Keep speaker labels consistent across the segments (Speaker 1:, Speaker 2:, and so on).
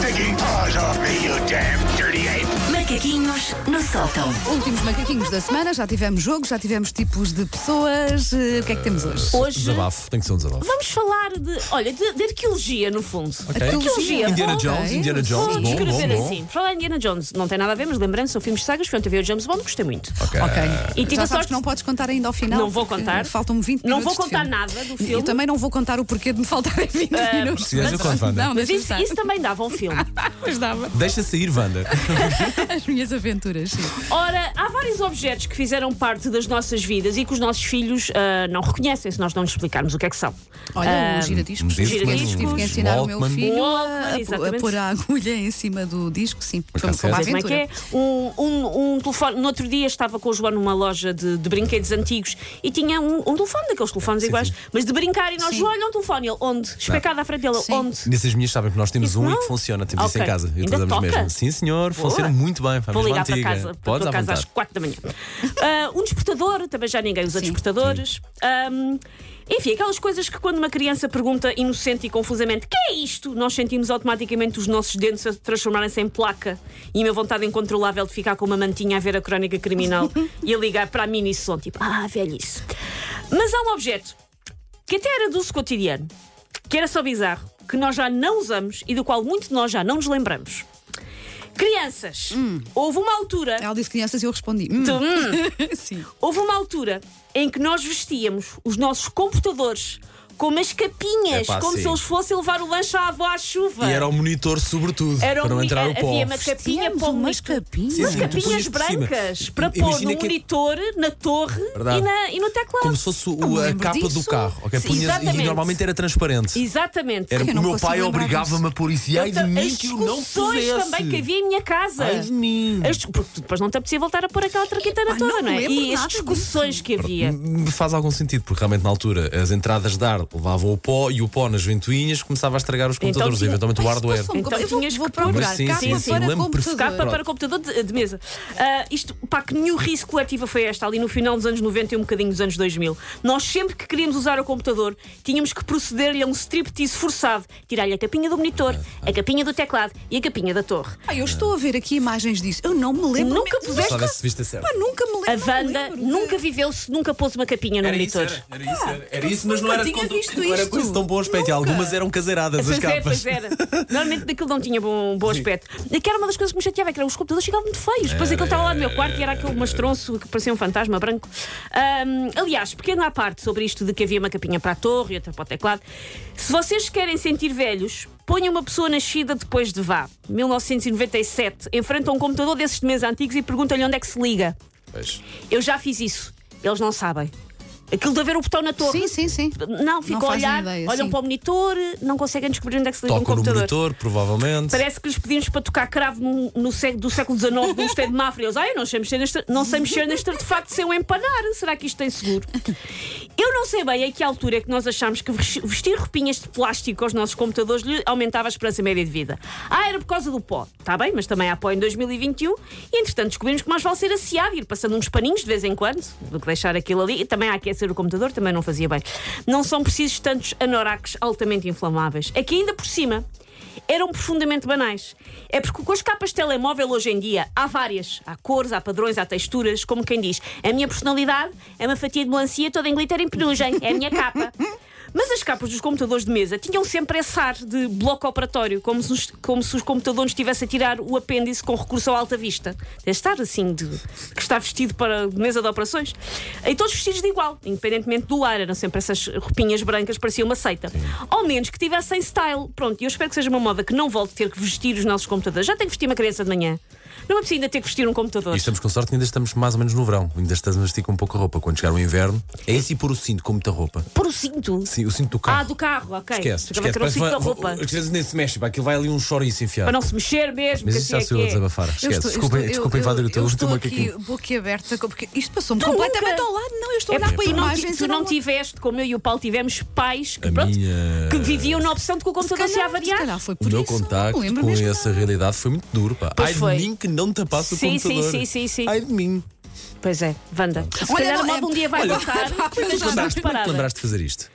Speaker 1: taking paws off me, you damn dirty ape!
Speaker 2: Macaquinhos no sótão.
Speaker 3: Últimos macaquinhos da semana, já tivemos jogos, já tivemos tipos de pessoas. eh, O que é que temos hoje?
Speaker 4: Hoje
Speaker 5: Desabafo, tem que ser um desabafo.
Speaker 4: vamos falar de, olha, de, de arqueologia, no fundo.
Speaker 5: Ok.
Speaker 4: Arqueologia.
Speaker 5: Indiana
Speaker 4: Vou-
Speaker 5: Jones,
Speaker 3: Ok.
Speaker 5: Indiana Jones,
Speaker 4: Vou
Speaker 5: bom, bom,
Speaker 4: descrever
Speaker 5: bom.
Speaker 4: assim. Falar em Indiana Jones, não tem nada a ver, mas lembrando, são filmes de sagas que ontem vi o James Bond, gostei muito.
Speaker 5: Ok.
Speaker 3: Ok.
Speaker 4: E tive
Speaker 3: já
Speaker 4: a
Speaker 3: sabes
Speaker 4: sorte-
Speaker 3: que não podes contar ainda ao final.
Speaker 4: Não vou
Speaker 3: porque
Speaker 4: contar.
Speaker 3: Faltam-me 20
Speaker 4: Não
Speaker 3: minutos
Speaker 4: vou
Speaker 3: de
Speaker 4: contar
Speaker 3: filme.
Speaker 4: nada do
Speaker 3: Eu
Speaker 4: filme. Eh,
Speaker 3: também não vou contar o porquê de me faltarem 20 minutos.
Speaker 5: Se quiseres, eu conto, Wanda.
Speaker 3: Não,
Speaker 4: Mas
Speaker 3: deixa
Speaker 4: isso, isso também dava um filme.
Speaker 3: dava.
Speaker 5: Deixa sair, Wanda.
Speaker 3: As minhas aventuras, sim.
Speaker 4: Ora, há vários objetos que fizeram parte das nossas vidas e que os nossos filhos ah, não reconhecem se nós não lhes explicarmos o que é que são.
Speaker 3: Olha,
Speaker 4: Ah,
Speaker 3: os giradiscos.
Speaker 5: Discman,
Speaker 4: os
Speaker 3: Tive que ensinar o meu
Speaker 5: Walkman.
Speaker 3: filho a,
Speaker 4: Walkman,
Speaker 3: a
Speaker 4: exatamente.
Speaker 3: pôr a agulha em cima do disco, sim. Foi, foi uma
Speaker 5: cassetes.
Speaker 4: Como é
Speaker 3: aventura.
Speaker 4: que é? Um, um- um telefone. No outro dia estava com o João numa loja de, de brinquedos antigos e tinha um, um telefone, daqueles telefones iguais,
Speaker 5: sim.
Speaker 4: mas de brincar. E nós,
Speaker 3: Sim.
Speaker 4: João, olha um telefone. Ele, onde? Especado à frente dele,
Speaker 3: Sim.
Speaker 4: onde?
Speaker 5: Nessas minhas sabem que nós temos
Speaker 4: Isso
Speaker 5: um e
Speaker 4: não?
Speaker 5: que funciona, temos isso em
Speaker 4: Ok.
Speaker 5: casa. E
Speaker 4: Ainda
Speaker 5: utilizamos
Speaker 4: toca?
Speaker 5: mesmo. Sim, senhor,
Speaker 4: Boa.
Speaker 5: funciona muito bem. Foi
Speaker 4: Vou
Speaker 5: mesmo
Speaker 4: ligar
Speaker 5: antiga.
Speaker 4: para casa, para a
Speaker 5: Podes
Speaker 4: tua
Speaker 5: à
Speaker 4: casa
Speaker 5: vontade.
Speaker 4: às 4 da manhã. Ah, um despertador, também já ninguém usa
Speaker 3: Sim.
Speaker 4: despertadores. Ahm, enfim, aquelas coisas que quando uma criança pergunta inocente e confusamente que é isto, nós sentimos automaticamente os nossos dentes a transformarem-se em placa e uma vontade incontrolável de ficar com uma mantinha a ver a crónica criminal e a ligar para a mini som, tipo, ah, velhice. Mas há um objeto que até era do uso cotidiano, que era só bizarro, que nós já não usamos e do qual muito de nós já não nos lembramos. Crianças,
Speaker 3: Hum.
Speaker 4: houve uma altura
Speaker 3: Ela disse crianças e eu respondi. hum.
Speaker 4: é. Tu, hum,
Speaker 3: Sim.
Speaker 4: houve uma altura em que nós vestíamos os nossos computadores com umas capinhas,
Speaker 5: Epá,
Speaker 4: como
Speaker 5: sim.
Speaker 4: se eles fossem levar o lanche à avó à chuva.
Speaker 5: E era o monitor, sobretudo,
Speaker 4: Era um
Speaker 5: para não
Speaker 4: moni-
Speaker 5: entrar o
Speaker 4: havia
Speaker 5: pó.
Speaker 4: uma capinha
Speaker 3: Tínhamos
Speaker 4: para o
Speaker 3: umas
Speaker 4: monitor.
Speaker 3: capinhas.
Speaker 5: Sim,
Speaker 4: Umas
Speaker 5: sim, tu punhas
Speaker 4: capinhas
Speaker 5: por cima.
Speaker 4: brancas para pôr
Speaker 5: Imagina
Speaker 4: no
Speaker 5: que-
Speaker 4: monitor, na torre
Speaker 5: Verdade.
Speaker 4: e, na- e no teclado.
Speaker 5: Como se fosse o-
Speaker 3: me
Speaker 5: a
Speaker 3: lembro
Speaker 5: capa do
Speaker 3: disso.
Speaker 5: carro. ok?
Speaker 4: Sim,
Speaker 5: Punhas- e
Speaker 4: exatamente.
Speaker 5: normalmente era transparente.
Speaker 4: Exatamente.
Speaker 5: Era,
Speaker 3: Ai, eu não
Speaker 5: o meu
Speaker 3: consigo
Speaker 5: pai
Speaker 3: lembrar
Speaker 5: obrigava-me a pôr isso. E ai de
Speaker 4: Então,
Speaker 5: mim
Speaker 4: as
Speaker 5: que eu não
Speaker 4: discussões
Speaker 5: pusesse.
Speaker 4: também que havia em minha casa.
Speaker 5: Ai de mim.
Speaker 4: As- porque tu depois não te apetecia voltar a pôr aquela traquitana
Speaker 3: Epá,
Speaker 4: toda,
Speaker 3: Hum. não
Speaker 4: não é?
Speaker 3: lembro
Speaker 4: E as
Speaker 3: nada
Speaker 4: discussões que havia.
Speaker 5: Me Faz algum sentido, porque realmente na altura as entradas de ar levavam o pó e o pó nas ventoinhas começava a estragar os computadores,
Speaker 4: tinha-
Speaker 5: eventualmente o
Speaker 3: Ai,
Speaker 5: hardware.
Speaker 3: passou-me
Speaker 4: Então
Speaker 3: como- eu vou,
Speaker 4: tinhas que
Speaker 3: vou
Speaker 4: pôr.
Speaker 3: procurar.
Speaker 5: Sim,
Speaker 3: capa
Speaker 5: sim, sim,
Speaker 3: para
Speaker 5: lembro perfeito.
Speaker 3: computador.
Speaker 4: Capa
Speaker 5: Pronto.
Speaker 4: para computador de, de mesa. Ah, isto, pá, que neurrice coletiva foi esta ali no final dos anos 90 e um bocadinho dos anos 2000. Nós sempre que queríamos usar o computador, tínhamos que proceder-lhe a um striptease forçado. Tirar-lhe a capinha do monitor, a capinha do teclado e a capinha da torre.
Speaker 3: Ah, eu estou a ver aqui imagens disso. Eu não me lembro.
Speaker 4: Nunca
Speaker 3: mesmo.
Speaker 4: puseste-
Speaker 5: Só ver se viste a certo.
Speaker 3: Pá, nunca me lembro.
Speaker 4: A
Speaker 3: não me
Speaker 4: Wanda
Speaker 3: lembro.
Speaker 4: nunca viveu-se, nunca pôs uma capinha no monitor.
Speaker 5: era isso, era, era isso, mas
Speaker 3: nunca tinha visto
Speaker 5: não era
Speaker 3: isto.
Speaker 5: coisa tão bom aspecto. E algumas eram caseiradas as
Speaker 4: Pois é,
Speaker 5: capas.
Speaker 4: pois era. Normalmente daquilo não tinha bom, bom aspecto. E que era uma das coisas que me chateava, é que era, os computadores chegavam muito feios. Depois aquilo estava lá no meu quarto e era aquele mastronço que parecia um fantasma branco. Ahm, aliás, pequena à parte sobre isto de que havia uma capinha para a torre e outra para o teclado. Se vocês querem sentir velhos, ponham uma pessoa nascida depois de vá, 1997, em frente a um computador desses de mesa antigos e perguntam-lhe onde é que se liga.
Speaker 5: Pois.
Speaker 4: Eu já fiz isso. Eles não sabem. Aquilo de haver o botão na torre.
Speaker 3: Sim, sim, sim.
Speaker 4: Não, ficam a
Speaker 3: assim? fazem
Speaker 4: olhar,
Speaker 3: ideia,
Speaker 4: olham
Speaker 3: sim.
Speaker 4: para o monitor, não conseguem descobrir onde é que se liga um
Speaker 5: Tocam no
Speaker 4: computador.
Speaker 5: monitor, provavelmente.
Speaker 4: Parece que lhes pedimos para tocar cravo no, no sé- do século XIX num mosteiro de Mafra. Eles, ah, eu não sei mexer neste, não sei mexer neste artefacto sem o empanar. Será que isto tem seguro? Eu não sei bem a que altura é que nós achámos que ves- vestir roupinhas de plástico aos nossos computadores lhe aumentava a esperança média de vida. Ah, era por causa do pó. Está bem, mas também há pó em 2021 e, entretanto, descobrimos que mais vale ser asseado, ir passando uns paninhos de vez em quando, do que deixar aquilo ali. E também a aquecer o computador, também não fazia bem. Não são precisos tantos anoraques altamente inflamáveis. É que ainda por cima eram profundamente banais. É porque com as capas de telemóvel hoje em dia há várias. Há cores, há padrões, há texturas, como quem diz. A minha personalidade é uma fatia de melancia toda em glitter em penugem. É a minha capa. Mas as capas dos computadores de mesa tinham sempre esse ar de bloco operatório, como se, os- como se os computadores estivessem a tirar o apêndice com recurso ao alta vista. Deve estar assim, de, que está vestido para de mesa de operações. E todos vestidos de igual, independentemente do lar. Eram sempre essas roupinhas brancas, parecia uma seita. Ao menos que tivessem style. Pronto, e eu espero que seja uma moda que não volte a ter que vestir os nossos computadores. Já tem que vestir uma criança de manhã. Não é preciso ainda ter que vestir um computador.
Speaker 5: E estamos com sorte que ainda estamos mais ou menos no verão. Ainda estamos a vestir com pouca roupa. Quando chegar o inverno, é esse e pôr o cinto com muita roupa.
Speaker 4: Por o cinto.
Speaker 5: é- Sim, o cinto do carro.
Speaker 4: Ah, do carro, ok.
Speaker 5: Esquece,
Speaker 4: Ficava
Speaker 5: esquece.
Speaker 4: que era um cinto da
Speaker 5: vai-
Speaker 4: roupa.
Speaker 5: As crianças nem se mexem, pá, aquilo vai ali um choriço enfiado.
Speaker 4: Para não se mexer mesmo,
Speaker 5: Mas
Speaker 4: que
Speaker 5: isso já
Speaker 4: assim é
Speaker 5: sou eu a
Speaker 4: que é.
Speaker 5: desabafar.
Speaker 3: Eu
Speaker 5: Esquece,
Speaker 3: estou-
Speaker 5: desculpem,
Speaker 3: eu estou-
Speaker 5: desculpem
Speaker 3: eu-
Speaker 5: invadir o teu
Speaker 3: Eu
Speaker 5: o teu
Speaker 3: estou aqui
Speaker 5: macaquinho.
Speaker 3: boquiaberta, com- porque isto passou-me completamente
Speaker 4: nunca-
Speaker 3: ao lado. Não, eu estou a
Speaker 4: É
Speaker 3: olhar para
Speaker 4: porque tu não, ti-
Speaker 3: imagens.
Speaker 4: tu
Speaker 3: e
Speaker 4: não tiveste, como eu e o Paulo tivemos, pais que,
Speaker 5: A
Speaker 4: pronto,
Speaker 5: minha-
Speaker 4: que viviam na opção de que o
Speaker 3: Se
Speaker 4: computador se ia
Speaker 3: calhar, se
Speaker 4: variar.
Speaker 3: calhar foi
Speaker 5: O
Speaker 3: por
Speaker 5: meu
Speaker 3: isso. não me
Speaker 5: contacto
Speaker 3: lembro
Speaker 5: com
Speaker 3: mesmo
Speaker 5: essa
Speaker 3: nada.
Speaker 5: realidade foi muito duro, pá.
Speaker 4: Pois
Speaker 5: Ai
Speaker 4: foi.
Speaker 5: de mim que não tapasse o
Speaker 4: Sim, sim,
Speaker 5: computador.
Speaker 4: sim, sim, sim.
Speaker 5: Ai de mim.
Speaker 4: Pois é, Wanda. Se
Speaker 3: Olha,
Speaker 4: calhar a
Speaker 3: não,
Speaker 4: moda
Speaker 3: é-
Speaker 4: um dia vai
Speaker 5: Olha,
Speaker 4: voltar.
Speaker 3: como é que
Speaker 4: mas
Speaker 3: te
Speaker 4: não estás
Speaker 5: Lembraste, como é que te
Speaker 4: preparada.
Speaker 5: lembraste de fazer isto?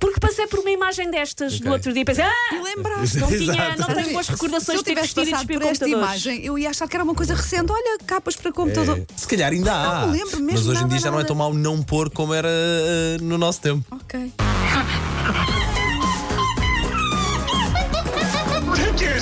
Speaker 4: Porque passei por uma imagem destas
Speaker 5: Ok.
Speaker 4: do outro dia e pensei, ah,
Speaker 3: Lembraste?
Speaker 4: não, tinha,
Speaker 5: Exato.
Speaker 4: não tenho boas
Speaker 3: Se
Speaker 4: recordações
Speaker 3: eu
Speaker 4: de ter
Speaker 3: tivesse
Speaker 4: vestido e
Speaker 3: passado
Speaker 4: despir
Speaker 3: por esta
Speaker 4: computadores.
Speaker 3: imagem, eu ia achar que era uma coisa recente. Olha, capas para computador.
Speaker 5: É, se calhar ainda há.
Speaker 3: Não me lembro mesmo,
Speaker 5: mas hoje em
Speaker 3: nada,
Speaker 5: dia já não é
Speaker 3: nada.
Speaker 5: tão mau não pôr como era eh, no nosso tempo.
Speaker 3: Ok.
Speaker 1: Take your